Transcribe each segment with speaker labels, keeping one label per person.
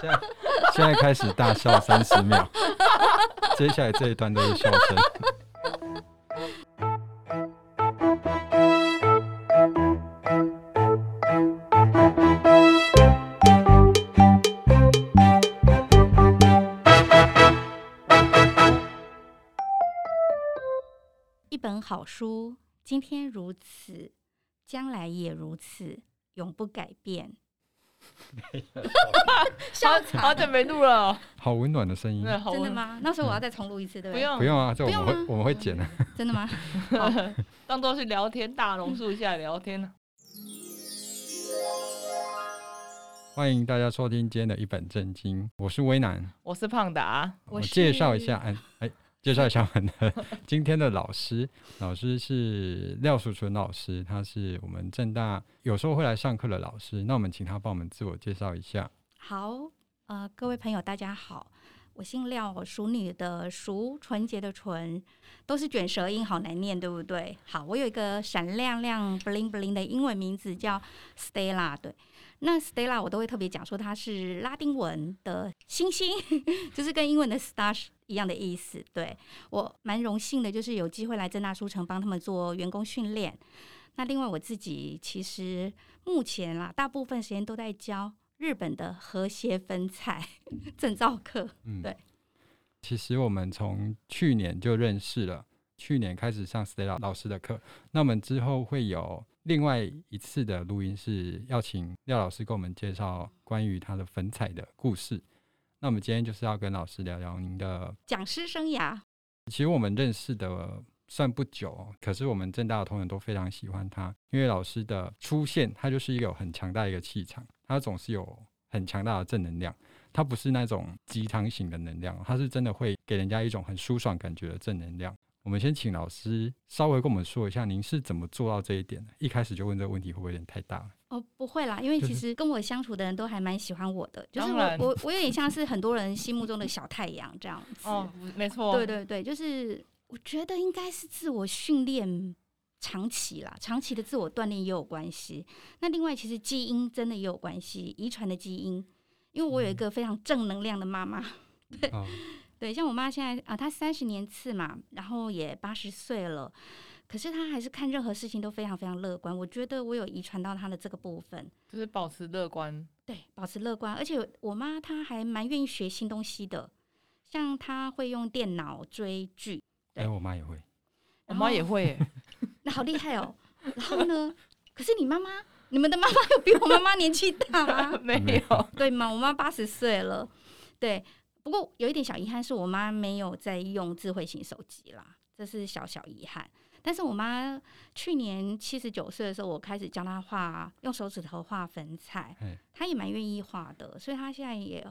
Speaker 1: 现在现在开始大笑三十 秒，接下来这一段都是笑声。
Speaker 2: 一本好书，今天如此，将来也如此，永不改变。
Speaker 3: 好好久没录了哦，
Speaker 1: 好温暖的声音
Speaker 3: 真，的好
Speaker 2: 真的
Speaker 3: 温？
Speaker 2: 吗？那时候我要再重录一次，对不
Speaker 3: 不
Speaker 2: 对？
Speaker 3: 用
Speaker 1: 嗯不，用啊，这我
Speaker 2: 不
Speaker 1: 们
Speaker 2: 用嗯
Speaker 1: 会
Speaker 2: 吗
Speaker 1: 我们会剪的。
Speaker 2: 真的吗？
Speaker 3: 当做是聊天，大榕树下聊天呢。
Speaker 1: 欢迎大家收听今天的一本正经， 我是威南，
Speaker 3: 我是胖达，
Speaker 1: 我
Speaker 2: 是
Speaker 1: 介绍一下，哎哎，介绍一下我们 的今天的老师，老师是廖淑纯老师，他是我们正大有时候会来上课的老师。那我们请他帮我们自我介绍一下。
Speaker 2: 好，呃，各位朋友，大家好，我姓廖，我属女的属，纯洁的纯，都是卷舌音，好难念，对不对？好，我有一个闪亮亮、bling bling 的英文名字叫 Stella，对。那 Stella 我都会特别讲说它是拉丁文的星星， 就是跟英文的 star 是一样的意思。对我蛮荣幸的，就是有机会来正大书城帮他们做员工训练。那另外我自己其实目前啦，大部分时间都在教日本的和谐分菜 证照课。
Speaker 1: 嗯，
Speaker 2: 对。
Speaker 1: 其实我们从去年就认识了，去年开始上 Stella 老师的课。那我们之后会有另外一次的录音，是要请廖老师给我们介绍关于他的粉彩的故事。那我们今天就是要跟老师聊聊您的
Speaker 2: 讲师生涯，
Speaker 1: 其实我们认识的算不久哦，可是我们正大的同仁都非常喜欢他，因为老师的出现，他就是一个有很强大的一个气场，他总是有很强大的正能量，他不是那种鸡汤型的能量，他是真的会给人家一种很舒爽感觉的正能量。我们先请老师稍微跟我们说一下，您是怎么做到这一点的？一开始就问这个问题，会不会有点太大了？
Speaker 2: 哦，不会啦，因为
Speaker 1: 就
Speaker 2: 其
Speaker 1: 是
Speaker 2: 实跟我相处的人都还蛮喜欢我的，就是我
Speaker 3: 当然
Speaker 2: 我我有点像是很多人心目中的小太阳这样子。
Speaker 3: 哦，没错，
Speaker 2: 对对对，就是我觉得应该是自我训练长期啦，长期的自我锻炼也有关系。那另外，其实基因真的也有关系，遗传的基因，因为我有
Speaker 3: 嗯
Speaker 2: 一个非常正能量的妈妈，
Speaker 1: 啊、
Speaker 2: 对，像我妈现在啊、她三十年次嘛，然后也八十岁了，可是她还是看任何事情都非常非常乐观。我觉得我有遗传到她的这个部分，
Speaker 3: 就是保持乐观。
Speaker 2: 对，保持乐观。而且我妈她还蛮愿意学新东西的，像她会用电脑追剧，对
Speaker 1: 哎，我妈也会，
Speaker 3: 我妈也
Speaker 2: 然后
Speaker 3: 会耶，
Speaker 2: 那好厉害哦。然后呢， 可是你妈妈，你们的妈妈有比我妈妈年纪大吗？
Speaker 3: 没
Speaker 1: 没
Speaker 3: 有，
Speaker 2: 对吗？我妈八十岁了，对。不过有一点小遗憾是我妈没有在用智慧型手机啦，这是小小遗憾。但是我妈去年七十九岁的时候，我开始教她画，用手指头画粉彩
Speaker 1: 嘿，
Speaker 2: 她也蛮愿意画的，所以她现在也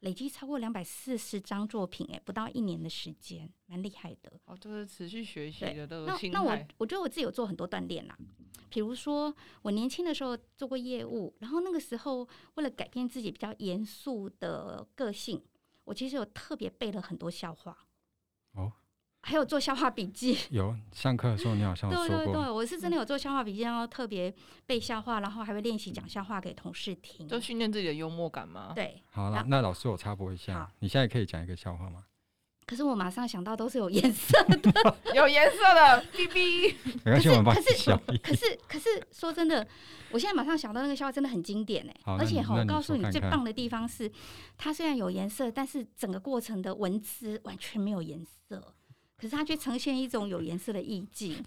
Speaker 2: 累积超过两百四十张作品、哎，不到一年的时间，蛮厉害的。
Speaker 3: 哦，就是持续学习的这
Speaker 2: 那
Speaker 3: 个心
Speaker 2: 那我
Speaker 3: 态。
Speaker 2: 我觉得我自己有做很多锻炼啦，比如说我年轻的时候做过业务，然后那个时候为了改变自己比较严肃的个性，我其实有特别背了很多笑话。
Speaker 1: 哦，
Speaker 2: 还有做笑话笔记。
Speaker 1: 有上课的时候你好像有
Speaker 2: 对
Speaker 1: 哦说
Speaker 2: 对
Speaker 1: 过，
Speaker 2: 对，我是
Speaker 3: 嗯
Speaker 2: 真的有做笑话笔记，然后特别背笑话，然后还会练习讲笑话给同事听。
Speaker 3: 就训练自己的幽默感嘛。
Speaker 2: 对，
Speaker 1: 好了
Speaker 2: 啊，
Speaker 1: 那老师我插播一下
Speaker 2: 好，
Speaker 1: 你现在可以讲一个笑话吗？
Speaker 2: 可是我马上想到都是有颜色的。
Speaker 3: 有颜色 的 B B，
Speaker 1: 没关系，
Speaker 2: 可是
Speaker 1: 我们帮
Speaker 2: 可
Speaker 1: 你
Speaker 2: 是哦
Speaker 1: 笑。
Speaker 2: 可是可是说真的，我现在马上想到那个笑话真的很经典哎、
Speaker 1: 好那
Speaker 2: 而且
Speaker 1: 你
Speaker 2: 哈，
Speaker 1: 那
Speaker 2: 我
Speaker 1: 你
Speaker 2: 告
Speaker 1: 说
Speaker 2: 诉你
Speaker 1: 看
Speaker 2: 最
Speaker 1: 看
Speaker 2: 棒的地方是，它虽然有颜色，但是整个过程的文字完全没有颜色，可是它却呈现一种有颜色的意境。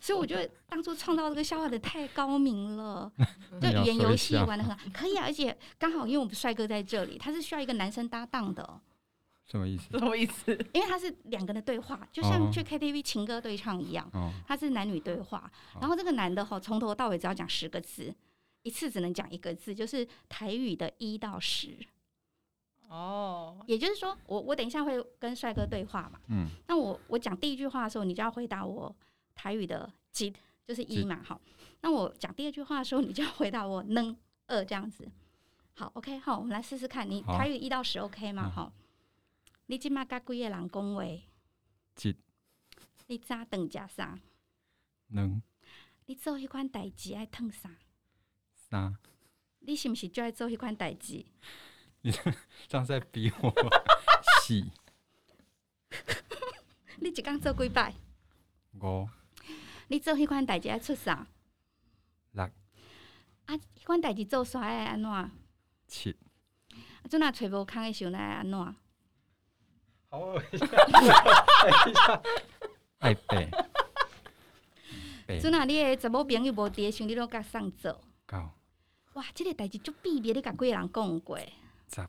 Speaker 2: 所以我觉得当初创造这个笑话的太高明 了，对
Speaker 1: 你要
Speaker 2: 语言
Speaker 1: 说
Speaker 2: 游
Speaker 1: 一
Speaker 2: 戏
Speaker 1: 下
Speaker 2: 玩的很好，可以啊。而且刚好因为我们帅哥在这里，他是需要一个男生搭档的哦，
Speaker 1: 什么意思？
Speaker 3: 什么意思？
Speaker 2: 因为他是两个人的对话，就
Speaker 1: 哦
Speaker 2: 像去 KTV 情歌对唱一样。
Speaker 1: 哦，
Speaker 2: 他是男女对话，
Speaker 1: 好
Speaker 2: 然后这个男的哈，从头到尾只要讲十个字，一次只能讲一个字，就是台语的一到十。
Speaker 3: 哦，
Speaker 2: 也就是说，我我等一下会跟帅哥对话嘛，
Speaker 1: 嗯，
Speaker 2: 那我我讲第一句话的时候，你就要回答我台语的几，就是一
Speaker 1: 几
Speaker 2: 嘛，好。那我讲第二句话的时候，你就要回答我能二这样子。好，OK，好，我们来试试看，你
Speaker 1: 好
Speaker 2: 台语一到十 OK 吗？
Speaker 1: 嗯
Speaker 2: 好，你今嘛甲几个人讲话？
Speaker 1: 几？
Speaker 2: 你早顿食啥？
Speaker 1: 能
Speaker 2: 你做迄款代志爱烫啥？
Speaker 1: 杀
Speaker 2: 你是不是就爱做迄款代志？
Speaker 1: 你这这样是在逼我洗
Speaker 2: 你一工做几摆？
Speaker 1: 我
Speaker 2: 你做迄款代志爱出啥？
Speaker 1: 六
Speaker 2: 啊，迄款代志做煞爱安怎？啊，
Speaker 1: 七。
Speaker 2: 阵若揣无空的时阵爱安怎？
Speaker 1: 好恶心！爱背背
Speaker 2: 阵若你的查某朋友无伫的时阵，你都甲送做。
Speaker 1: 高
Speaker 2: 哦哇，这个代志就秘密，你甲几个人讲过
Speaker 1: 十？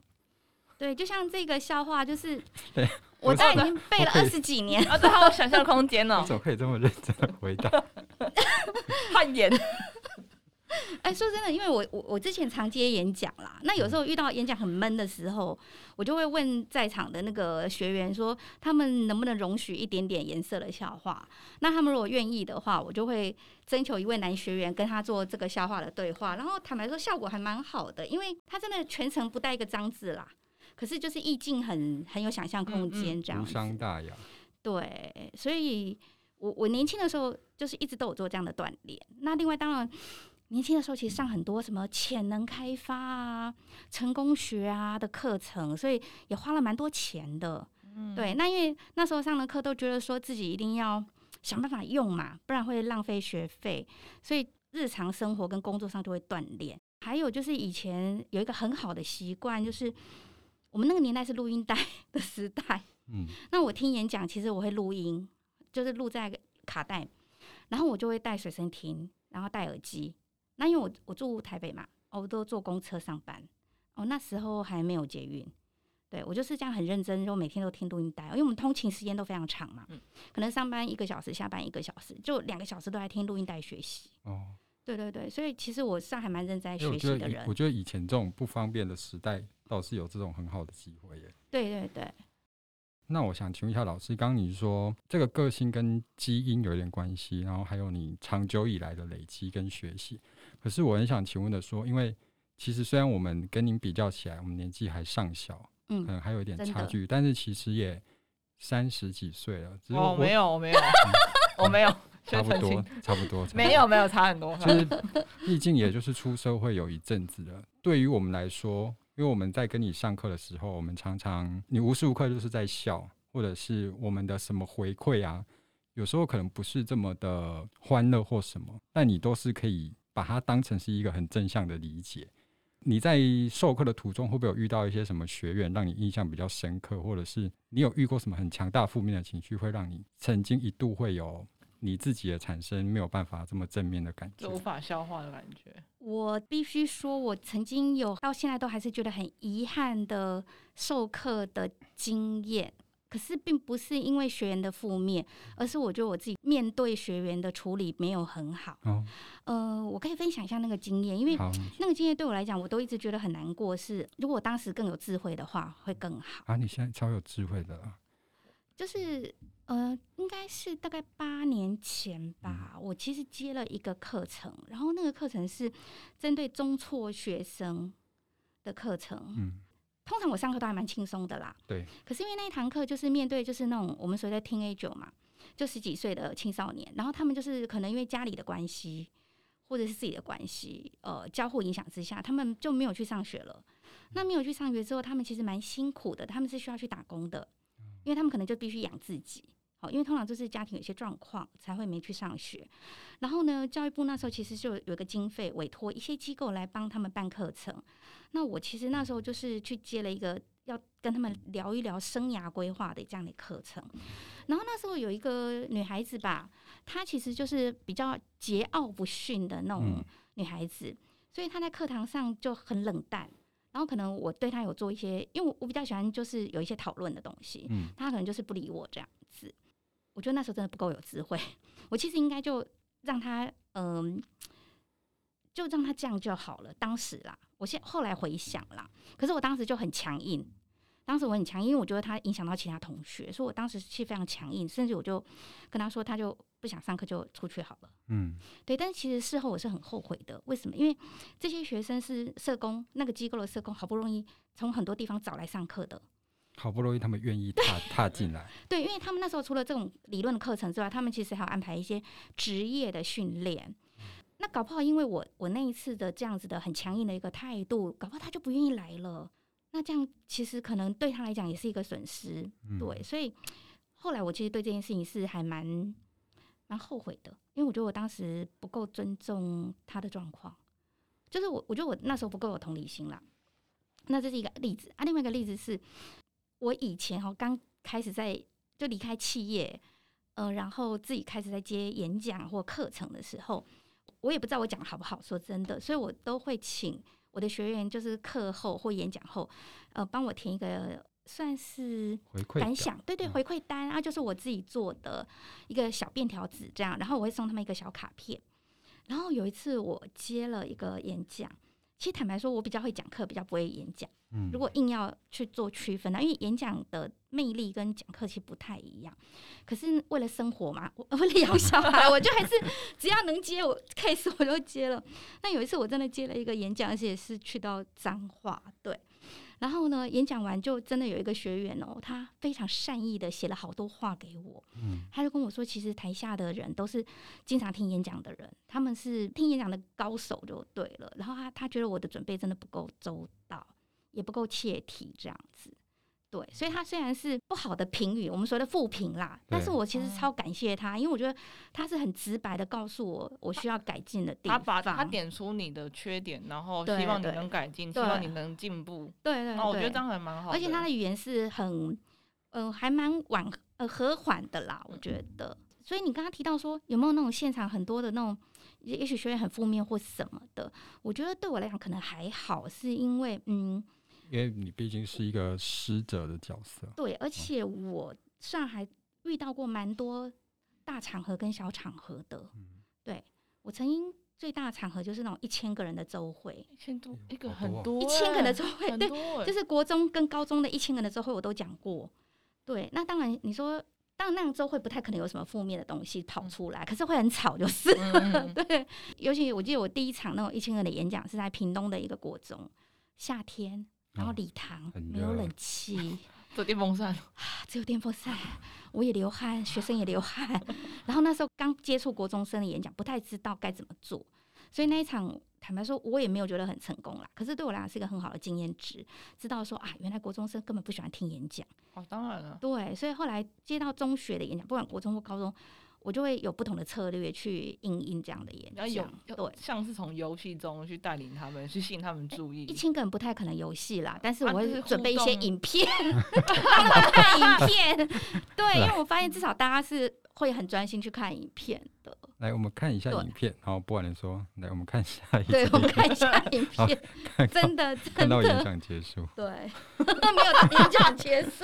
Speaker 2: 对，就像这个笑话，就是
Speaker 1: 对
Speaker 2: 我
Speaker 1: 我
Speaker 2: 大概已经背了
Speaker 1: 我可
Speaker 2: 二
Speaker 1: 以
Speaker 2: 十几年，
Speaker 3: 啊，这还有想象空间
Speaker 1: 你
Speaker 3: 哦，
Speaker 1: 怎么可以这么认真的回答？
Speaker 3: 汗颜。
Speaker 2: 哎，说真的，因为我我我之前常接演讲啦，那有时候遇到演讲很闷的时候，我就会问在场的那个学员说，他们能不能容许一点点颜色的笑话？那他们如果愿意的话，我就会征求一位男学员跟他做这个笑话的对话。然后坦白说，效果还蛮好的，因为他真的全程不带一个脏字啦，可是就是意境很很有想象空间这样
Speaker 1: 无
Speaker 2: 子。
Speaker 1: 伤大雅，
Speaker 2: 对，所以我我年轻的时候就是一直都有做这样的锻炼。那另外当然，年轻的时候其实上很多什么潜能开发啊、成功学啊的课程，所以也花了蛮多钱的。对，那因为那时候上的课都觉得说自己一定要想办法用嘛，不然会浪费学费，所以日常生活跟工作上就会锻炼。还有就是以前有一个很好的习惯，就是我们那个年代是录音带的时代，
Speaker 1: 嗯，
Speaker 2: 那我听演讲，其实我会录音，就是录在卡带，然后我就会带随身听，然后戴耳机。那因为我我住台北嘛，哦我都坐公车上班，哦那时候还没有捷运，对我就是这样很认真，就每天都听录音带，因为我们通勤时间都非常长嘛，
Speaker 3: 嗯
Speaker 2: 可能上班一个小时，下班一个小时，就两个小时都在听录音带学习。
Speaker 1: 哦，
Speaker 2: 对对对，所以其实我算还蛮认真在
Speaker 1: 因为
Speaker 2: 学
Speaker 1: 我觉
Speaker 2: 习
Speaker 1: 得
Speaker 2: 的
Speaker 1: 以
Speaker 2: 人
Speaker 1: 我。觉得以前这种不方便的时代，倒是有这种很好的机会耶。
Speaker 2: 对对对，
Speaker 1: 那我想请问一下老师，刚刚你说这个个性跟基因有点关系，然后还有你长久以来的累积跟学习。可是我很想请问的说，因为其实虽然我们跟您比较起来，我们年纪还尚小，可
Speaker 2: 嗯，
Speaker 1: 能还有一点
Speaker 2: 真的
Speaker 1: 差距，但是其实也三十几岁了，只是
Speaker 3: 我
Speaker 1: 我
Speaker 3: 哦
Speaker 1: 嗯
Speaker 3: 没有，我没有，我没有，
Speaker 1: 差不
Speaker 3: 先澄
Speaker 1: 多
Speaker 3: 清，
Speaker 1: 差不多，差不多
Speaker 3: 没有，没有差很多。
Speaker 1: 就是毕竟也就是出社会有一阵子了。对于我们来说，因为我们在跟你上课的时候，我们常常你无时无刻就是在笑，或者是我们的什么回馈啊，有时候可能不是这么的欢乐或什么，但你都是可以把它当成是一个很正向的理解。你在授课的途中，会不会有遇到一些什么学员让你印象比较深刻，或者是你有遇过什么很强大负面的情绪，会让你曾经一度会有你自己也产生没有办法这么正面的感觉
Speaker 3: 就？无法消化的感觉。
Speaker 2: 我必须说，我曾经有到现在都还是觉得很遗憾的授课的经验。可是并不是因为学员的负面，而是我觉得我自己面对学员的处理没有很好。
Speaker 1: 哦，
Speaker 2: 呃，我可以分享一下那个经验，因为
Speaker 1: 好
Speaker 2: 那个经验对我来讲，我都一直觉得很难过是。如果我当时更有智慧的话，会更好。
Speaker 1: 啊，你现在超有智慧的啊了，
Speaker 2: 就是呃，应该是大概八年前
Speaker 1: 嗯
Speaker 2: 吧，我其实接了一个课程，然后那个课程是针对中辍学生的课程。
Speaker 1: 嗯，
Speaker 2: 通常我上课都还蛮轻松的啦，
Speaker 1: 对。
Speaker 2: 可是因为那一堂课就是面对就是那种我们所谓的 teenager 嘛，就十几岁的青少年，然后他们就是可能因为家里的关系，或者是自己的关系，呃，交互影响之下，他们就没有去上学了。那没有去上学之后，他们其实蛮辛苦的，他们是需要去打工的，因为他们可能就必须养自己。好，因为通常就是家庭有些状况才会没去上学。然后呢，教育部那时候其实就有一个经费委托一些机构来帮他们办课程。那我其实那时候就是去接了一个要跟他们聊一聊生涯规划的这样的课程。然后那时候有一个女孩子吧，她其实就是比较桀骜不驯的那种
Speaker 1: 嗯
Speaker 2: 女孩子，所以她在课堂上就很冷淡。然后可能我对她有做一些，因为我我比较喜欢就是有一些讨论的东西，
Speaker 1: 嗯，
Speaker 2: 他可能就是不理我这样子。我觉得那时候真的不够有智慧，我其实应该就让他，嗯、就让他这样就好了。当时啦，我现后来回想啦，可是我当时就很强硬，当时我很强硬，因为我觉得他影响到其他同学，所以我当时是非常强硬，甚至我就跟他说，他就不想上课就出去好了。
Speaker 1: 嗯，
Speaker 2: 对，但是其实事后我是很后悔的。为什么？因为这些学生是社工那个机构的社工，好不容易从很多地方找来上课的，
Speaker 1: 好不容易他们愿意 踏踏进来，
Speaker 2: 对，因为他们那时候除了这种理论的课程之外，他们其实还有安排一些职业的训练。那搞不好因为我我那一次的这样子的很强硬的一个态度，搞不好他就不愿意来了。那这样其实可能对他来讲也是一个损失，
Speaker 1: 嗯
Speaker 2: 对，所以后来我其实对这件事情是还蛮蛮后悔的，因为我觉得我当时不够尊重他的状况，就是我我觉得我那时候不够有同理心啦。那这是一个例子啊，另外一个例子是我以前哦刚开始在就离开企业，呃，然后自己开始在接演讲或课程的时候，我也不知道我讲得好不好，说真的，所以我都会请我的学员就是课后或演讲后，呃，帮我填一个算是
Speaker 1: 回馈
Speaker 2: 感
Speaker 1: 表
Speaker 2: 想，对对，
Speaker 1: 嗯
Speaker 2: 回馈单啊，就是我自己做的一个小便条纸这样，然后我会送他们一个小卡片。然后有一次我接了一个演讲，其实坦白说，我比较会讲课，比较不会演讲。
Speaker 1: 嗯，
Speaker 2: 如果硬要去做区分呢、啊因为演讲的魅力跟讲课其实不太一样。可是为了生活嘛， 我为了养小孩，我就还是只要能接我 case 我就接了。那有一次我真的接了一个演讲，而且是去到彰化，对。然后呢，演讲完就真的有一个学员哦，他非常善意的写了好多话给我，
Speaker 1: 嗯
Speaker 2: 他就跟我说，其实台下的人都是经常听演讲的人，他们是听演讲的高手就对了。然后他他觉得我的准备真的不够周到，也不够切题这样子。对，所以他虽然是不好的评语，我们说的负评啦，但是
Speaker 1: 对
Speaker 2: 我其实
Speaker 3: 哦
Speaker 2: 超感谢他，因为我觉得他是很直白的告诉我我需要改进的地
Speaker 3: 他
Speaker 2: 方。
Speaker 3: 把他点出你的缺点，然后
Speaker 2: 对
Speaker 3: 希望你
Speaker 2: 对
Speaker 3: 能改进，希
Speaker 2: 对
Speaker 3: 望你能进步。
Speaker 2: 对对对，
Speaker 3: 哦，我觉得这样还蛮好的。
Speaker 2: 而且他的语言是很，呃，还蛮婉呃和缓的
Speaker 3: 嗯
Speaker 2: 啦，我觉得。所以你刚刚提到说有没有那种现场很多的那种，也也许学员很负面或什么的，我觉得对我来讲可能还好，是因为嗯，
Speaker 1: 因为你毕竟是一个师者的角色，
Speaker 2: 对，而且我上海遇到过蛮多大场合跟小场合的，
Speaker 1: 嗯
Speaker 2: 我曾经最大的场合就是那种一千个人的周会，
Speaker 3: 一千多，一个
Speaker 1: 好多
Speaker 3: 很
Speaker 1: 哦
Speaker 3: 多欸，
Speaker 2: 一千个人的周会，
Speaker 3: 很
Speaker 2: 对，
Speaker 3: 多欸，
Speaker 2: 就是国中跟高中的一千个人的周会我都讲过。对，那当然你说，当然那样周会不太可能有什么负面的东西跑出来，可是会很吵，就是。
Speaker 3: 嗯
Speaker 2: 对，尤其我记得我第一场那种一千个人的演讲是在屏东的一个国中，夏天，然后
Speaker 1: 哦
Speaker 2: 礼堂、
Speaker 1: 很
Speaker 2: 没有
Speaker 1: 热
Speaker 2: 冷气，
Speaker 3: 走电 风扇，
Speaker 2: 只有电风扇，我也流汗，学生也流汗。 然后那时候刚接触国中生的演讲，不太知道该怎么做，所以那一场坦白说，我也没有觉得很成功啦。可是对我来讲是一个很好的经验值，知道说啊，原来国中生根本不喜欢听演讲。
Speaker 3: 哦，当然了，
Speaker 2: 对，所以后来接到中学的演讲，不管国中或高中，我就会有不同的策略去应应这样的演
Speaker 3: 你要有
Speaker 2: 讲。
Speaker 3: 要
Speaker 2: 对，哎
Speaker 3: 像是从游戏中去带领他们，去吸引他们注意
Speaker 2: 一。千个人不太可能游戏啦，但是
Speaker 3: 啊
Speaker 2: 我
Speaker 3: 就是
Speaker 2: 会
Speaker 3: 互
Speaker 2: 准备一些
Speaker 3: 动
Speaker 2: 影 片， 让他们看影片。对，因为我发
Speaker 3: 嗯
Speaker 2: 现至少大家是会很专心去看影片 的。
Speaker 1: 来我们看一下
Speaker 2: 对
Speaker 1: 影片，好，不管人说，来我们看下一
Speaker 2: 对，
Speaker 1: 集
Speaker 2: 我们看一下影
Speaker 1: 好
Speaker 2: 片，
Speaker 1: 看到
Speaker 2: 真 的
Speaker 1: 看
Speaker 2: 真
Speaker 1: 到演
Speaker 2: 的，
Speaker 1: 讲结 束，
Speaker 2: 对，没有到演讲结束，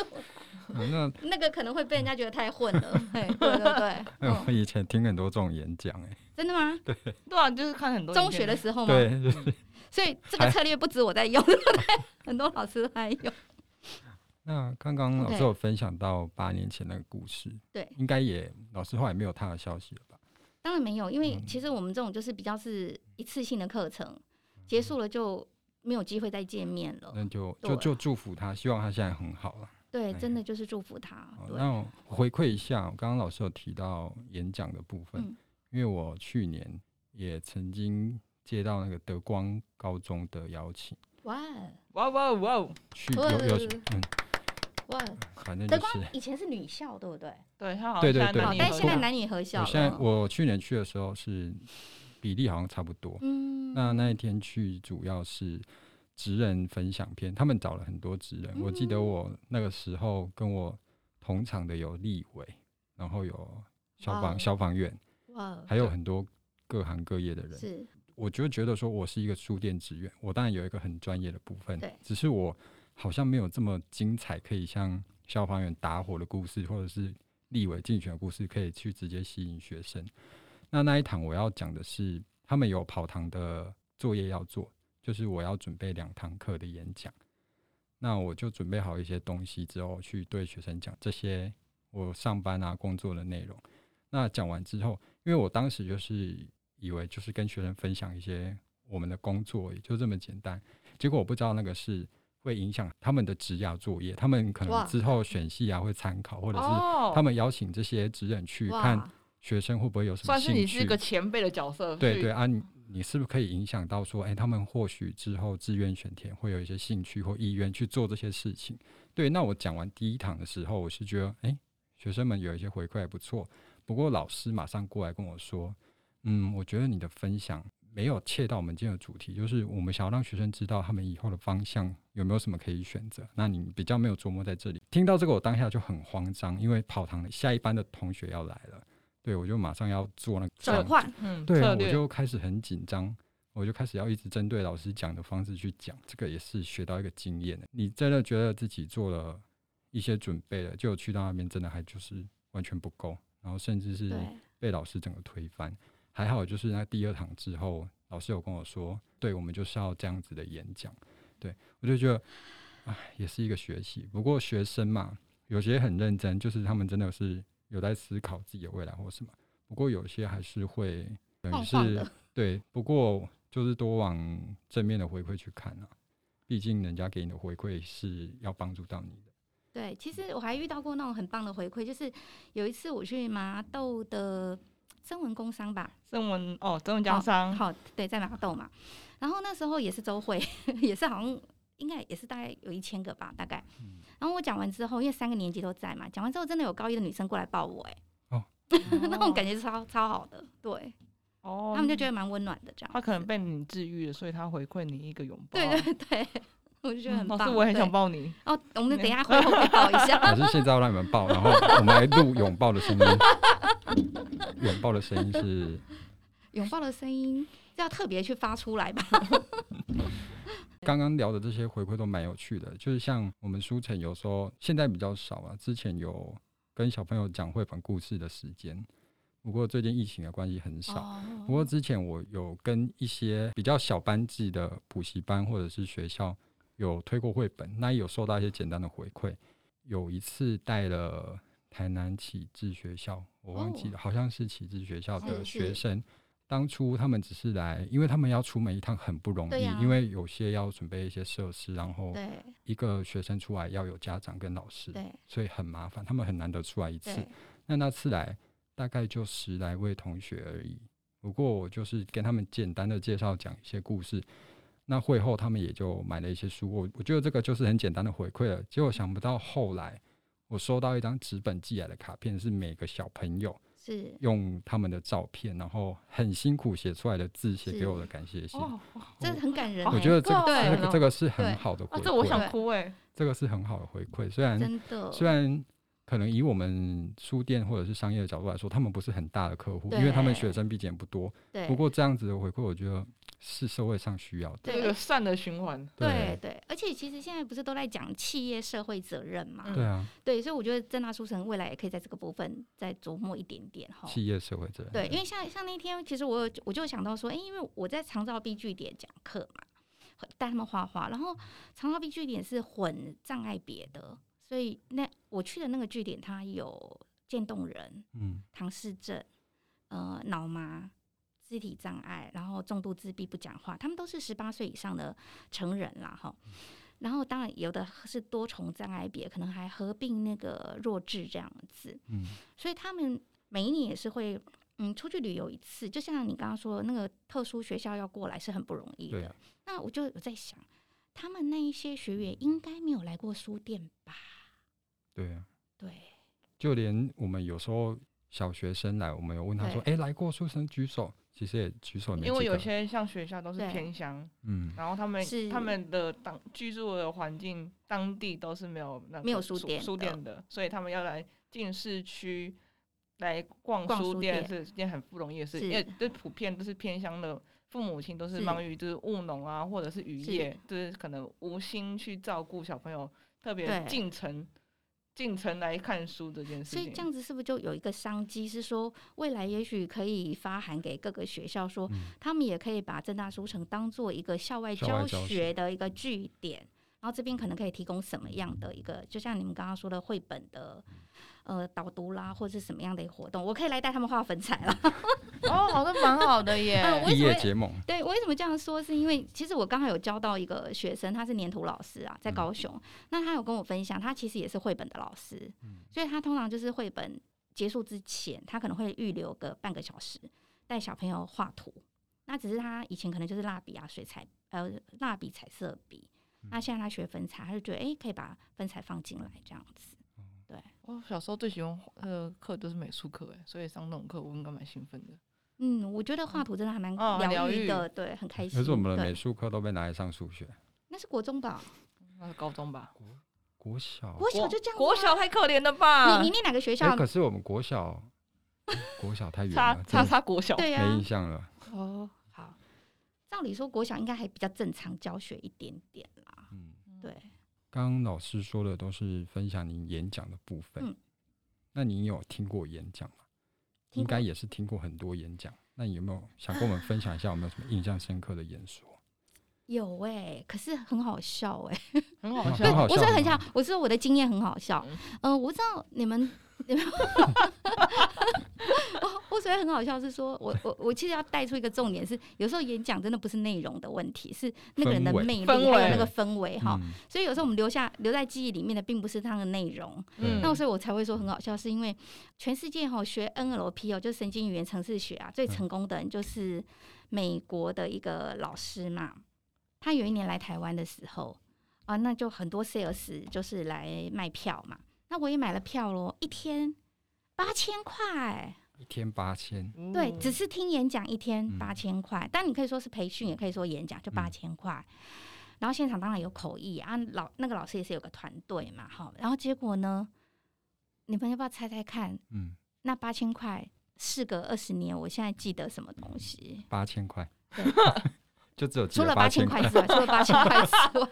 Speaker 1: 嗯那
Speaker 2: 那个可能会被人家觉得太混了。 嘿对对对，
Speaker 1: 哎我
Speaker 2: 嗯，
Speaker 1: 以前听很多这种演讲，哎，
Speaker 2: 真的吗？
Speaker 3: 对啊，就是看很多
Speaker 2: 中
Speaker 3: 影
Speaker 2: 学
Speaker 3: 片
Speaker 2: 的时候吗？
Speaker 1: 对，就是
Speaker 2: 嗯所以这个策略不止我在用， 对不对？很多老师还有。
Speaker 1: 那刚刚老师
Speaker 2: OK
Speaker 1: 有分享到八年前那个故事，
Speaker 2: 对
Speaker 1: 应该也老师后来没有他的消息了吧？
Speaker 2: 当然没有，因为
Speaker 1: 嗯
Speaker 2: 其实我们这种就是比较是一次性的课程，结束了就没有机会再见面了。
Speaker 1: 那就
Speaker 2: 对
Speaker 1: 就
Speaker 2: 啊
Speaker 1: 就祝福他，希望他现在很好了。
Speaker 2: 对，
Speaker 1: 哎
Speaker 2: 真的就是祝福他
Speaker 1: 好。
Speaker 2: 对，
Speaker 1: 那我回馈一下，刚刚老师有提到演讲的部分，
Speaker 2: 嗯
Speaker 1: 因为我去年也曾经接到那个德光高中的邀请，
Speaker 2: 哇
Speaker 3: 哇哇哇哦，
Speaker 1: 去
Speaker 2: 哦
Speaker 1: 有有
Speaker 2: 对对对
Speaker 1: 嗯，
Speaker 2: 哇，
Speaker 1: 反正就
Speaker 2: 德光
Speaker 1: 是。
Speaker 2: 以前是女校，对不对？
Speaker 3: 对他好像
Speaker 1: 对对
Speaker 3: 现在
Speaker 1: 对
Speaker 3: 男
Speaker 2: 好，
Speaker 3: 女
Speaker 2: 但
Speaker 3: 合
Speaker 2: 现在
Speaker 3: 校
Speaker 2: 男女合校
Speaker 1: 我
Speaker 2: 了。
Speaker 1: 现在我去年去的时候是比例好像差不多，
Speaker 2: 嗯，
Speaker 1: 那那一天去主要是职人分享篇，他们找了很多职人。我记得
Speaker 2: 嗯
Speaker 1: 我那个时候跟我同场的有立委，然后有消
Speaker 2: 哇
Speaker 1: 防
Speaker 2: 哦
Speaker 1: 消防员，
Speaker 2: 哇，
Speaker 1: 还有很多各行各业的人。
Speaker 2: 是
Speaker 1: 我就觉得说我是一个书店职员，我当然有一个很专业的部分
Speaker 2: 对，
Speaker 1: 只是我好像没有这么精彩，可以像消防员打火的故事，或者是立委竞选的故事，可以去直接吸引学生。那那一堂我要讲的是，他们有跑堂的作业要做，就是我要准备两堂课的演讲。那我就准备好一些东西之后，去对学生讲这些我上班啊工作的内容。那讲完之后，因为我当时就是以为就是跟学生分享一些我们的工作，也就这么简单。结果我不知道那个是会影响他们的职涯作业，他们可
Speaker 2: 哇
Speaker 1: 能之后选系啊会参考，或者是
Speaker 3: 哦，
Speaker 1: 他们邀请这些职人去看
Speaker 2: 哇，
Speaker 1: 学生会不会有什么
Speaker 3: 算是
Speaker 1: 兴
Speaker 3: 你
Speaker 1: 趣。
Speaker 3: 是一个前辈的角色，
Speaker 1: 对
Speaker 3: 去
Speaker 1: 对啊，你你是不是可以影响到说，哎、他们或许之后志愿选填会有一些兴趣或意愿去做这些事情？对，那我讲完第一堂的时候，我是觉得，哎、学生们有一些回馈还不错。不过老师马上过来跟我说，嗯，我觉得你的分享没有切到我们今天的主题，就是我们想要让学生知道他们以后的方向有没有什么可以选择。那你比较没有琢磨在这里。听到这个，我当下就很慌张，因为跑堂的下一班的同学要来了，对我就马上要做那个
Speaker 2: 转换，
Speaker 3: 嗯，
Speaker 1: 对，啊
Speaker 3: 策
Speaker 1: 我
Speaker 3: 略
Speaker 1: 就开始很紧张，我就开始要一直针对老师讲的方式去讲，这个也是学到一个经验。你真的觉得自己做了一些准备了，就去到那边真的还就是完全不够，然后甚至是
Speaker 2: 对
Speaker 1: 被老师整个推翻。还好就是那第二堂之后，老师有跟我说，对我们就是要这样子的演讲，对我就觉得，唉，也是一个学习。不过学生嘛，有些很认真，就是他们真的是有在思考自己的未来或什么。不过有些还是会等于
Speaker 2: 晃
Speaker 1: 是
Speaker 2: 晃的，
Speaker 1: 对，不过就是多往正面的回馈去看啊，毕竟人家给你的回馈是要帮助到你的。
Speaker 2: 对，其实我还遇到过那种很棒的回馈，就是有一次我去麻豆的增文工商吧，
Speaker 3: 曾文哦，曾文江商，
Speaker 2: 好，对，在麻豆嘛，然后那时候也是周会， 也是好像应该也是大概有一千个吧，大概。然后我讲完之后，因为三个年级都在嘛，讲完之后真的有高一的女生过来抱我、哎、那种感觉超超好的，对
Speaker 3: 哦，
Speaker 2: 他们就觉得蛮温暖的这样。
Speaker 3: 他可能被你治愈了，所以他回馈你一个拥抱。
Speaker 2: 对对对，我就觉得很
Speaker 3: 嗯，老
Speaker 2: 棒。
Speaker 3: 师我也很想
Speaker 2: 对
Speaker 3: 抱你。
Speaker 2: 哦，我们等一下会后会抱一下。
Speaker 1: 老师现在要让你们抱，然后我们来录拥抱的声音。拥抱的声音是
Speaker 2: 拥抱的声音要特别去发出来吧。
Speaker 1: 刚刚聊的这些回馈都蛮有趣的，就是像我们书城有时候现在比较少啊，之前有跟小朋友讲绘本故事的时间，不过最近疫情的关系很少。
Speaker 2: 哦
Speaker 1: 不过之前我有跟一些比较小班制的补习班或者是学校有推过绘本，那也有收到一些简单的回馈。有一次带了台南启智学校，我忘记了，好像是启智学校的
Speaker 2: 哦是是
Speaker 1: 学生。当初他们只是来，因为他们要出门一趟很不容
Speaker 2: 对
Speaker 1: 易，
Speaker 2: 呀
Speaker 1: 因为有些要准备一些设施，然后
Speaker 2: 对
Speaker 1: 一个学生出来要有家长跟老师，
Speaker 2: 对
Speaker 1: 所以很麻烦，他们很难得出来一次
Speaker 2: 对。，
Speaker 1: 那那次来大概就十来位同学而已。不过我就是跟他们简单的介绍讲一些故事。那会后他们也就买了一些书，我我觉得这个就是很简单的回馈了。结果想不到后来我收到一张纸本寄来的卡片，是每个小朋友
Speaker 2: 是
Speaker 1: 用他们的照片，然后很辛苦写出来的字写
Speaker 2: 是
Speaker 1: 给我的感谢信。
Speaker 3: 哦，
Speaker 2: 这很感人欸。
Speaker 1: 我觉得这个
Speaker 3: 好感
Speaker 1: 这
Speaker 3: 人
Speaker 1: 个
Speaker 3: 哦
Speaker 1: 这个是很
Speaker 2: 对
Speaker 1: 好的回
Speaker 3: 啊，
Speaker 1: 馈，
Speaker 3: 这我想哭哎。
Speaker 1: 这个是很好的回馈。虽然
Speaker 2: 真的，
Speaker 1: 虽然可能以我们书店或者是商业的角度来说，他们不是很大的客户，
Speaker 2: 对
Speaker 1: 因为他们学生毕竟也不多。
Speaker 2: 对，
Speaker 1: 不过这样子的回馈，我觉得是社会上需要的。
Speaker 2: 对
Speaker 3: 这个善的循环，
Speaker 2: 对对，而且其实现在不是都在讲企业社会责任嘛？
Speaker 3: 嗯
Speaker 1: 对啊，
Speaker 2: 对，所以我觉得正大书城未来也可以在这个部分再琢磨一点点哈。
Speaker 1: 企业社嗯会责任。
Speaker 2: 对，因为像像那天，其实我有我就想到说，哎、因为我在长照 B 据点讲课嘛，带他们画画，然后长照 B 据点是混障碍别的，所以那我去的那个据点，它有渐冻人、
Speaker 1: 嗯，
Speaker 2: 唐氏症、呃脑麻、肢体障碍，然后重度自闭不讲话，他们都是十八岁以上的成人啦，哈。然后当然有的是多重障碍别，可能还合并那个弱智这样子。
Speaker 1: 嗯，
Speaker 2: 所以他们每一年也是会，嗯，出去旅游一次。就像你刚刚说，那个特殊学校要过来是很不容易
Speaker 1: 对
Speaker 2: 的。那我就有在想，他们那一些学员应该没有来过书店吧？
Speaker 1: 对啊，
Speaker 2: 对，
Speaker 1: 就连我们有时候小学生来，我们有问他说：“哎，来过书生举手。”其实也举手也没几
Speaker 3: 因
Speaker 1: 个。
Speaker 3: 为有些像学校都是
Speaker 2: 对
Speaker 3: 偏乡，
Speaker 1: 嗯，
Speaker 3: 然后他们
Speaker 2: 是
Speaker 3: 他们的当居住的环境，当地都是没有那个
Speaker 2: 没有书店
Speaker 3: 书
Speaker 2: 的
Speaker 3: 店的，所以他们要来进市区来逛
Speaker 2: 逛
Speaker 3: 书
Speaker 2: 书
Speaker 3: 店
Speaker 2: 店
Speaker 3: 是一件很不容易的事，
Speaker 2: 是
Speaker 3: 因为这普遍都是偏乡的父母亲都是
Speaker 2: 是
Speaker 3: 忙于就是务农啊，或者是渔
Speaker 2: 是
Speaker 3: 业，就是可能无心去照顾小朋友，特别
Speaker 2: 对
Speaker 3: 进城进城来看书这件事
Speaker 2: 所
Speaker 3: 情。
Speaker 2: 以这样子是不是就有一个商机？是说未来也许可以发函给各个学校说，
Speaker 1: 嗯
Speaker 2: 他们也可以把正大书城当做一个校外
Speaker 1: 校外
Speaker 2: 教
Speaker 1: 教
Speaker 2: 学
Speaker 1: 学
Speaker 2: 的一个据点，然后这边可能可以提供什么样的一个，就像你们刚刚说的绘本的。呃，导读啦，或者是什么样的一个活动，我可以来带他们画粉彩啦。。
Speaker 3: 哦，好像蛮好的耶
Speaker 2: 嗯为
Speaker 1: 毕
Speaker 2: 什么
Speaker 1: 业结盟，
Speaker 2: 对，为什么这样说？是因为其实我刚才有教到一个学生，他是粘土老师啊，在
Speaker 1: 嗯
Speaker 2: 高雄。那他有跟我分享，他其实也是绘本的老师，
Speaker 1: 嗯
Speaker 2: 所以他通常就是绘本结束之前，他可能会预留个半个小时带小朋友画图。那只是他以前可能就是蜡笔啊、水彩呃蜡笔、彩色笔，
Speaker 1: 嗯
Speaker 2: 那现在他学粉彩，他就觉得哎、诶可以把粉彩放进来这样子。
Speaker 3: 我哦小时候最喜欢的课就是美术课，哎，所以上那种课我应该蛮兴奋的。
Speaker 2: 嗯，我觉得画图真的还蛮
Speaker 3: 哦很
Speaker 2: 疗
Speaker 3: 疗
Speaker 2: 愈
Speaker 3: 愈
Speaker 2: 的，对，很开心。
Speaker 1: 可是我们的
Speaker 2: 对
Speaker 1: 美术课都被拿来上数学，
Speaker 2: 那是国中吧？
Speaker 3: 那是高中吧？
Speaker 1: 国小
Speaker 2: 国小就这样、啊
Speaker 3: 国小。太可怜了吧？
Speaker 2: 你你念哪个
Speaker 1: 哦
Speaker 2: 学
Speaker 1: 哎、
Speaker 2: 校？
Speaker 1: 可是我们国小，国小太远
Speaker 3: 差
Speaker 1: 了，
Speaker 3: 差
Speaker 1: 啊真的
Speaker 3: 差国小
Speaker 2: 对啊呀、
Speaker 1: 没印象了。
Speaker 3: 哦，好，
Speaker 2: 照理说国小应该还比较正常教学一点点啦。
Speaker 1: 嗯，
Speaker 2: 对，
Speaker 1: 刚刚老师说的都是分享您演讲的部分，
Speaker 2: 嗯
Speaker 1: 那您有听过演讲吗？
Speaker 2: 听
Speaker 1: 应该
Speaker 2: 过
Speaker 1: 也是听过很多演讲，那你有没有想跟我们分享一下有没有什么印象深刻的演说？
Speaker 2: 有哎、可是很好笑哎、
Speaker 3: 很好
Speaker 1: 啊很
Speaker 3: 笑。
Speaker 1: 好
Speaker 2: 我
Speaker 1: 笑
Speaker 2: 是很
Speaker 1: 吗
Speaker 2: 想，我说我的经验很好笑。
Speaker 3: 嗯
Speaker 2: 呃，我不知道你们， 你们我我所谓很好笑是说，我我我其实要带出一个重点是，有时候演讲真的不是内容的问题，是那个人的
Speaker 1: 氛围
Speaker 2: 魅力还
Speaker 3: 氛
Speaker 2: 有那
Speaker 1: 围
Speaker 2: 个氛围哈。
Speaker 1: 嗯，
Speaker 2: 所以有时候我们留下留在记忆里面的，并不是它的内容。
Speaker 1: 嗯
Speaker 2: 那我所以我才会说很好笑，是因为全世界哈、学 NLP 哦，就是神经语言程式学啊，最
Speaker 1: 嗯
Speaker 2: 成功的人就是美国的一个老师嘛。他有一年来台湾的时候啊，那就很多 sales 就是来卖票嘛。那我也买了票咯，一天八千块，
Speaker 1: 一天八千，
Speaker 3: 嗯
Speaker 2: 对，只是听演讲一天
Speaker 1: 嗯
Speaker 2: 八千块，但你可以说是培训，也可以说演讲，就
Speaker 1: 嗯
Speaker 2: 八千块。然后现场当然有口译啊，老那个老师也是有个团队嘛，哈。然后结果呢，你们要不要猜猜看？
Speaker 1: 嗯，
Speaker 2: 那八千块事隔二十年，我现在记得什么东西？
Speaker 1: 八千块
Speaker 2: 对，
Speaker 1: 就 只有
Speaker 2: 除了
Speaker 1: 八
Speaker 2: 八千
Speaker 1: 块
Speaker 2: 块之外，除了八千块之外，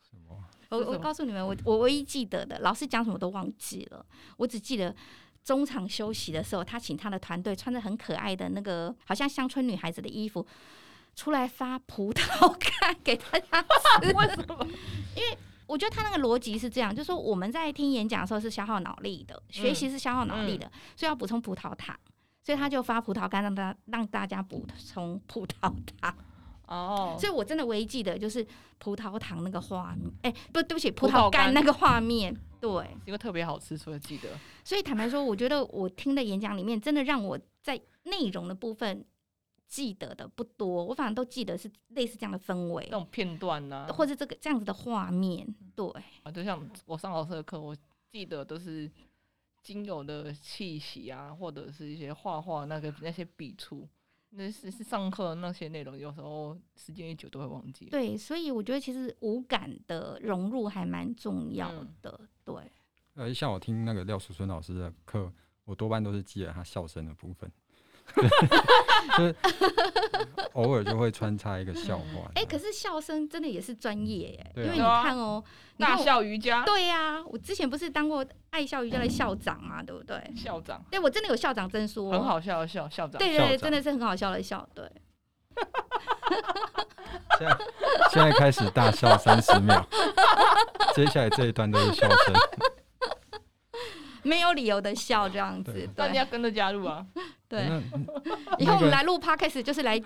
Speaker 1: 什么？
Speaker 2: 我
Speaker 3: 是什
Speaker 2: 我
Speaker 3: 么
Speaker 2: 告诉你们，我我唯一记得的，老师讲什么都忘记了，我只记得。中场休息的时候，他请他的团队穿着很可爱的那个，好像乡村女孩子的衣服，出来发葡萄干给大家吃。为什么？因为我觉得他那个逻辑是这样，就是说我们在听演讲的时候是消耗脑力的，学习是消耗脑力的，所以要补充葡萄糖，所以他就发葡萄干让大家让大家补充葡萄糖。
Speaker 3: 哦，
Speaker 2: 所以我真的唯一记得就是葡萄糖那个画面，哎、不，对不起，
Speaker 3: 葡
Speaker 2: 葡
Speaker 3: 萄
Speaker 2: 萄干
Speaker 3: 干
Speaker 2: 那个画面。对，
Speaker 3: 因为特别好吃，所以记得。
Speaker 2: 所以坦白说，我觉得我听的演讲里面，真的让我在内容的部分记得的不多，我反正都记得是类似这样的氛围
Speaker 3: 那，种片段呐、
Speaker 2: 或者这个这样子的画面。对，
Speaker 3: 啊，就像我上老师的课，我记得都是精油的气息啊，或者是一些画画那个那些笔触，那是是上课那些内容，有时候时间一久都会忘记。
Speaker 2: 对，所以我觉得其实无感的融入还蛮重要的。对，
Speaker 1: 呃，像我听那个廖淑春老师的课，我多半都是记得他笑声的部 分， 就是偶尔就会穿插一个笑话。
Speaker 2: 哎、可是笑声真的也是专业耶，
Speaker 1: 对啊
Speaker 2: 因为你看哦、你
Speaker 3: 大
Speaker 2: 看我
Speaker 3: 笑瑜伽
Speaker 2: 对呀、我之前不是当过爱笑瑜伽的校长嘛，对不对？
Speaker 3: 校长
Speaker 2: 对我真的有校长证书、哦，
Speaker 3: 很。好笑的校校长，
Speaker 2: 对
Speaker 1: 校
Speaker 2: 对对，
Speaker 1: 长
Speaker 2: 真的是很好笑的笑。对，
Speaker 1: 现在现在开始大笑三十 秒，接下来这一段都是笑声。
Speaker 2: 没有理由的笑这样
Speaker 1: 对
Speaker 2: 子。
Speaker 3: 那你
Speaker 2: 对
Speaker 3: 要跟着加入啊！
Speaker 2: 对，
Speaker 1: 那
Speaker 2: 以
Speaker 1: 那
Speaker 2: 后我们
Speaker 1: 个
Speaker 2: 来录 podcast 就是来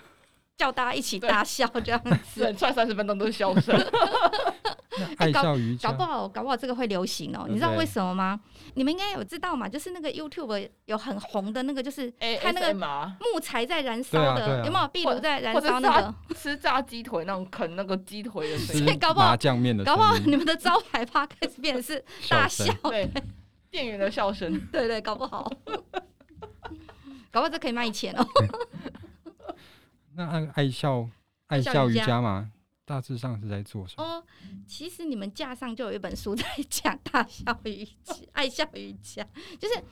Speaker 2: 叫大家一起大笑 这样
Speaker 3: 整
Speaker 2: 子。
Speaker 3: 串三十分钟 都是笑声，
Speaker 1: 爱笑瑜
Speaker 2: 搞
Speaker 1: 伽
Speaker 2: 不，好，搞不好这个会流行哦，
Speaker 1: 对
Speaker 2: 你知道为什么吗？你们应该有知道嘛，就是那个 YouTube 有很红的那个，就是
Speaker 3: 哎，
Speaker 2: 看那个
Speaker 3: 嘛，
Speaker 2: 木材在燃烧
Speaker 1: 对啊对
Speaker 2: 的，
Speaker 1: 啊
Speaker 2: 有没有壁炉在燃
Speaker 3: 或者
Speaker 2: 烧
Speaker 3: 是
Speaker 2: 那个
Speaker 3: 炸？吃炸鸡腿那种啃那个鸡腿的声
Speaker 1: 吃
Speaker 3: 音，
Speaker 2: 所以 搞不好
Speaker 1: 麻酱面的
Speaker 2: 搞不好
Speaker 1: 声音，
Speaker 2: 你们的招牌 podcast 变 成是大笑
Speaker 1: 声。
Speaker 3: 对，店员的笑声。
Speaker 2: 对对，搞不好， 搞不好这可以卖钱哦。
Speaker 1: 那爱爱笑爱
Speaker 2: 笑
Speaker 1: 笑
Speaker 2: 瑜
Speaker 1: 瑜
Speaker 2: 伽
Speaker 1: 伽嘛，大致上是在做什么？
Speaker 2: 哦，其实你们架上就有一本书在讲大笑瑜伽、爱笑瑜伽，就是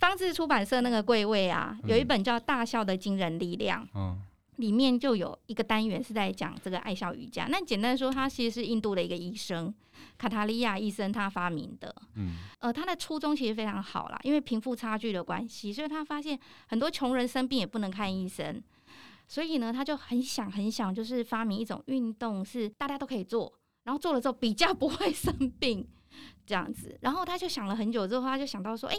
Speaker 2: 方志出版社那个贵位啊，有一
Speaker 1: 嗯
Speaker 2: 本叫《大笑的惊人力量》，
Speaker 1: 嗯，
Speaker 2: 里面就有一个单元是在讲这个爱笑瑜伽。那简单说，它其实是印度的一个医生卡塔利亚医生他发明的。
Speaker 1: 嗯，
Speaker 2: 呃，他的初衷其实非常好啦，因为贫富差距的关系，所以他发现很多穷人生病也不能看医生，所以呢，他就很想很想，就是发明一种运动是大家都可以做，然后做了之后比较不会生病这样子。然后他就想了很久之后，他就想到说，哎、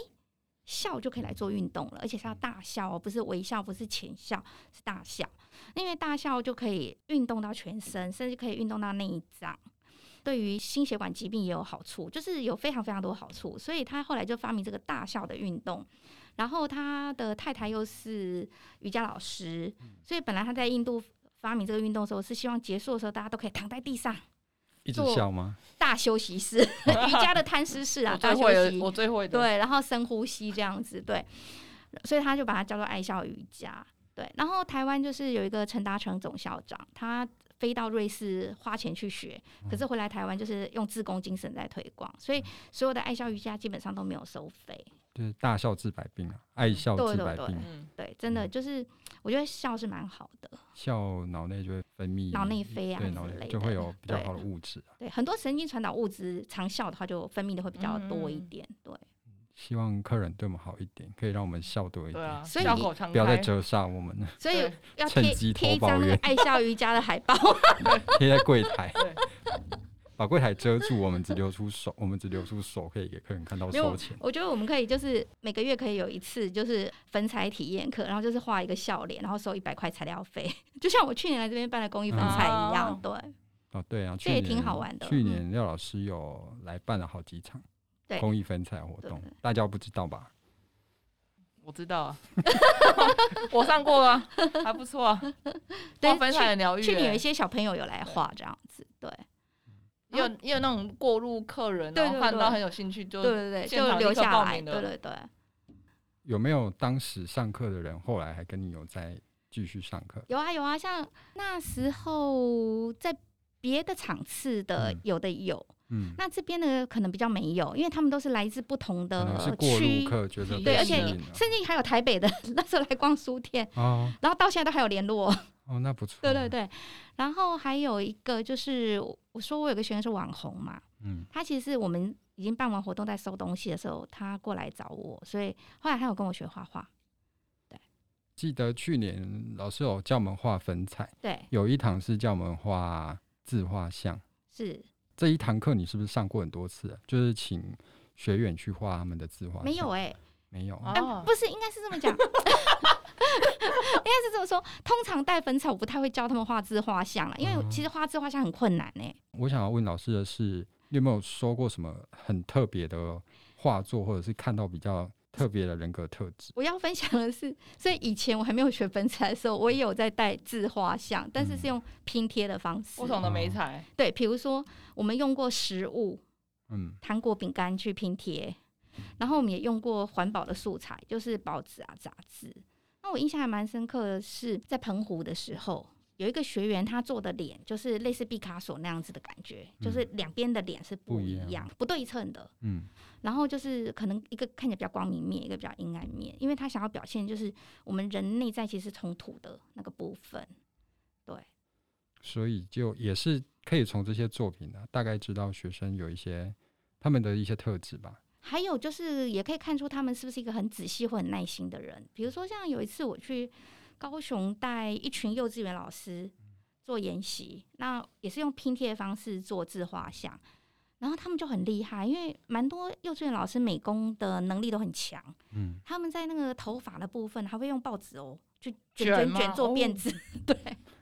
Speaker 2: 笑就可以来做运动了，而且是要大笑哦，不是微笑，不是浅笑，是大笑。因为大笑就可以运动到全身，甚至可以运动到内脏。对于心血管疾病也有好处，就是有非常非常多好处，所以他后来就发明这个大笑的运动。然后他的太太又是瑜伽老师，
Speaker 3: 嗯
Speaker 2: 所以本来他在印度发明这个运动的时候，是希望结束的时候大家都可以躺在地上
Speaker 1: 一直
Speaker 2: 做
Speaker 1: 笑吗？
Speaker 2: 大休息 室，瑜伽的摊尸室啊，
Speaker 3: 我
Speaker 2: 大
Speaker 3: 最
Speaker 2: 休
Speaker 3: 会
Speaker 2: 息
Speaker 3: 的，我最会的，
Speaker 2: 对，然后深呼吸这样子，对，所以他就把它叫做爱笑瑜伽，对。然后台湾就是有一个陈达成总校长，他飞到瑞士花钱去学，
Speaker 3: 嗯
Speaker 2: 可是回来台湾就是用自工精神在推广，所以所有的爱笑瑜伽基本上都没有收费，
Speaker 1: 就是大笑治百病啊，爱笑
Speaker 2: 对
Speaker 1: 治
Speaker 2: 对
Speaker 1: 百
Speaker 2: 嗯对
Speaker 1: 病，
Speaker 3: 嗯，
Speaker 2: 对，真的就是我觉得笑是蛮好的，
Speaker 1: 笑脑内就会分泌
Speaker 2: 脑内啡啊
Speaker 1: 对，
Speaker 2: 之
Speaker 1: 脑
Speaker 2: 类
Speaker 1: 内
Speaker 2: 的
Speaker 1: 就会有比较
Speaker 2: 对
Speaker 1: 好的物质啊、
Speaker 2: 对，很多神经传导物质常笑的话就分泌的会比较多一
Speaker 3: 嗯嗯嗯
Speaker 2: 点，对。
Speaker 1: 希望客人对我们好一点，可以让我们笑多一
Speaker 3: 对
Speaker 1: 点，
Speaker 3: 啊，
Speaker 2: 所以
Speaker 3: 笑
Speaker 2: 你
Speaker 3: 口常
Speaker 1: 不要再
Speaker 3: 开，
Speaker 1: 折煞我们了，
Speaker 2: 所以
Speaker 3: 对
Speaker 2: 要
Speaker 1: 趁
Speaker 2: 贴
Speaker 1: 机
Speaker 2: 贴
Speaker 1: 投
Speaker 2: 一张
Speaker 1: 抱
Speaker 2: 那个
Speaker 1: 怨
Speaker 2: 爱笑瑜伽的海报，
Speaker 1: 贴在柜台
Speaker 3: 对，
Speaker 1: 把柜台遮住，我们只留出手，我们只留出手可以给客人看到
Speaker 2: 没有
Speaker 1: 收钱。
Speaker 2: 我觉得我们可以就是每个月可以有一次就是粉彩体验课，然后就是画一个笑脸，然后收一百块材料费， 就像我去年来这边办的公益粉彩一样。对
Speaker 1: 哦，对啊，
Speaker 2: 这
Speaker 1: 去
Speaker 2: 也挺
Speaker 1: 年
Speaker 2: 好玩的
Speaker 1: 去
Speaker 2: 嗯
Speaker 1: 年廖老师有来办了好几场
Speaker 2: 对
Speaker 1: 公益分彩活
Speaker 2: 对
Speaker 1: 动，大家不知道吧？
Speaker 3: 我知道啊，我上过啊，还不错啊，
Speaker 2: 对
Speaker 3: 花分散的疗愈欸，
Speaker 2: 去年有一些小朋友有来画这样子，对
Speaker 3: 也有也有那种过路客人，
Speaker 2: 对
Speaker 3: 然后
Speaker 2: 对
Speaker 3: 看到
Speaker 2: 对
Speaker 3: 很有兴趣就
Speaker 2: 对对对，
Speaker 3: 现
Speaker 2: 就
Speaker 3: 场立
Speaker 2: 留
Speaker 3: 刻
Speaker 2: 下
Speaker 3: 报
Speaker 2: 来，
Speaker 3: 名的
Speaker 2: 对对对。
Speaker 1: 有没有当时上课的人后来还跟你有在继续上课？
Speaker 2: 有啊有啊，像那时候在别的场次的
Speaker 1: 嗯
Speaker 2: 有的有，
Speaker 1: 嗯，
Speaker 2: 那这边呢可能比较没有，因为他们都是来自不同
Speaker 1: 可能是
Speaker 2: 的
Speaker 1: 过
Speaker 2: 区
Speaker 1: 路，客觉得
Speaker 3: 区
Speaker 2: 呃对，
Speaker 1: 被
Speaker 2: 而
Speaker 1: 吸
Speaker 2: 且
Speaker 1: 引了
Speaker 2: 甚至还有台北的 那时候来逛书店，
Speaker 1: 哦
Speaker 2: 然后到现在都还有联络。
Speaker 1: 哦，那不错，
Speaker 2: 对对，对，然后还有一个就是，我我说我有个学员是网红嘛，
Speaker 1: 嗯，
Speaker 2: 他其实是我们已经办完活动在收东西的时候，他过来找我，所以后来他有跟我学画画。
Speaker 1: 记得去年老师有叫我们画粉彩，
Speaker 2: 对，
Speaker 1: 有一堂是叫我们画自画像。
Speaker 2: 是
Speaker 1: 这一堂课你是不是上过很多次啊？就是请学员去画他们的自画像，
Speaker 2: 没有哎、
Speaker 1: 没有
Speaker 3: 啊
Speaker 1: 啊，
Speaker 2: 啊，不是，应该是这么讲。应 该是这么说，通常带粉彩，我不太会教他们画字画像啊了，因为
Speaker 1: 嗯
Speaker 2: 其实画字画像很困难呢、欸
Speaker 1: 我想要问老师的是，你有没有收过什么很特别的画作，或者是看到比较特别的人格特质？
Speaker 2: 我要分享的是，所以以前我还没有学粉彩的时候，我也有在带字画像，但是是用拼贴的方式。
Speaker 3: 不同的美彩，
Speaker 2: 对，比如说我们用过食物、
Speaker 1: 嗯，
Speaker 2: 糖果、饼干去拼贴，然后我们也用过环保的素材，就是报纸啊、杂志。那我印象还蛮深刻的是，在澎湖的时候，有一个学员他做的脸就是类似毕卡索那样子的感觉，就是两边的脸是不
Speaker 1: 不
Speaker 2: 一
Speaker 1: 一
Speaker 2: 样、
Speaker 1: 样
Speaker 2: 不对称的。
Speaker 1: 嗯，
Speaker 2: 然后就是可能一个看起来比较光明面，一个比较阴暗面，因为他想要表现就是我们人内在其实冲突的那个部分。
Speaker 1: 所以就也是可以从这些作品呢、啊大概知道学生有一些他们的一些特质吧。
Speaker 2: 还有就是也可以看出他们是不是一个很仔细或很耐心的人。比如说像有一次我去高雄带一群幼稚园老师做研习，那也是用拼贴的方式做自画像。然后他们就很厉害，因为蛮多幼稚园老师美工的能力都很强，
Speaker 1: 嗯，
Speaker 2: 他们在那个头发的部分还会用报纸哦，去卷
Speaker 3: 卷
Speaker 2: 卷
Speaker 3: 吗
Speaker 2: 卷做
Speaker 3: 哦
Speaker 2: 辫子，对，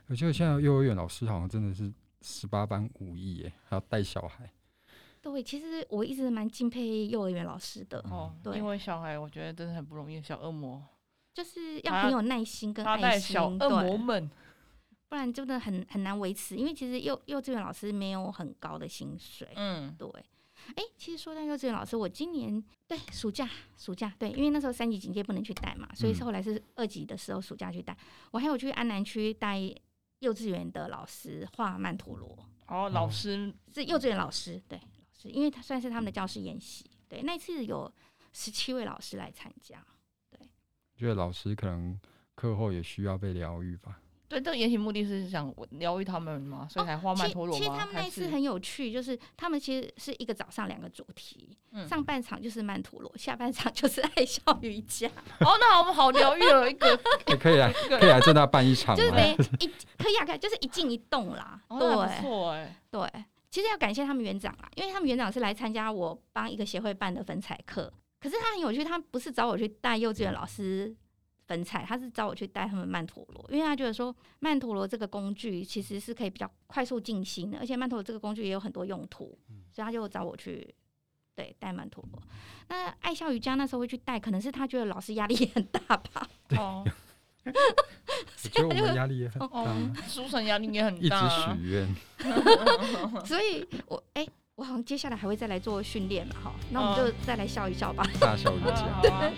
Speaker 1: 我觉得现在幼儿园老师好像真的是十八般武艺耶，还要带小孩。
Speaker 2: 对，其实我一直蛮敬佩幼儿园老师的，
Speaker 3: 哦，
Speaker 2: 对
Speaker 3: 因为小孩我觉得真的很不容易，小恶魔，
Speaker 2: 就是要很有耐心跟
Speaker 3: 他带
Speaker 2: 爱
Speaker 3: 小
Speaker 2: 心，
Speaker 3: 恶魔
Speaker 2: 对，
Speaker 3: 们，嗯
Speaker 2: 不然真的很很难维持。因为其实幼幼稚园老师没有很高的薪水，
Speaker 3: 嗯，
Speaker 2: 对。哎，其实说到幼稚园老师，我今年对暑假暑假对，因为那时候三级警戒不能去带嘛，所以是
Speaker 1: 嗯
Speaker 2: 后来是二级的时候暑假去带。我还有去安南区带幼稚园的老师画曼陀罗，
Speaker 3: 然后老师
Speaker 2: 是幼稚园老师，对老师，因为他算是他们的教师研习，对那一次有十七位老师来参加，
Speaker 1: 觉得老师可能课后也需要被疗愈吧。
Speaker 3: 对这个研习目的是想疗愈他们嘛，所以才画曼陀罗
Speaker 2: 其实
Speaker 3: 吗
Speaker 2: 他们那
Speaker 3: 还
Speaker 2: 一次
Speaker 3: 是
Speaker 2: 很有趣，就是他们其实是一个早上两个主题，
Speaker 3: 嗯
Speaker 2: 上半场就是曼陀罗，下半场 就是爱笑瑜伽，
Speaker 3: 哦，那我们好疗愈哦了一个
Speaker 1: 也可以来，
Speaker 3: 一个
Speaker 1: 可以，来正大办一场
Speaker 2: 就是
Speaker 1: 吗？
Speaker 2: 每一可以啊，可以啊就是一进一动啦。
Speaker 3: 哦那还
Speaker 2: 对
Speaker 3: 不错哎，
Speaker 2: 对，其实要感谢他们园长啦，因为他们园长是来参加我帮一个协会办的粉彩课，可是他很有趣，他不是找我去带幼稚园老师。粉彩，他是找我去带他们曼陀罗，因为他觉得说曼陀罗这个工具其实是可以比较快速静心的，而且曼陀罗这个工具也有很多用途，所以他就找我去对，带曼陀罗。那爱笑瑜伽那时候会去带，可能是他觉得老师压力也很大吧。
Speaker 3: 哦，
Speaker 1: 我觉得我们压力也很大，
Speaker 3: 哦，书生压力也很
Speaker 1: 一
Speaker 3: 大
Speaker 1: 直
Speaker 3: 啊。
Speaker 1: 许愿。
Speaker 2: 所以我哎、我好像接下来还会再来做训练嘛，哈，那我们就再来笑一笑吧。
Speaker 1: 大笑瑜
Speaker 3: 啊
Speaker 1: 伽。
Speaker 3: 好啊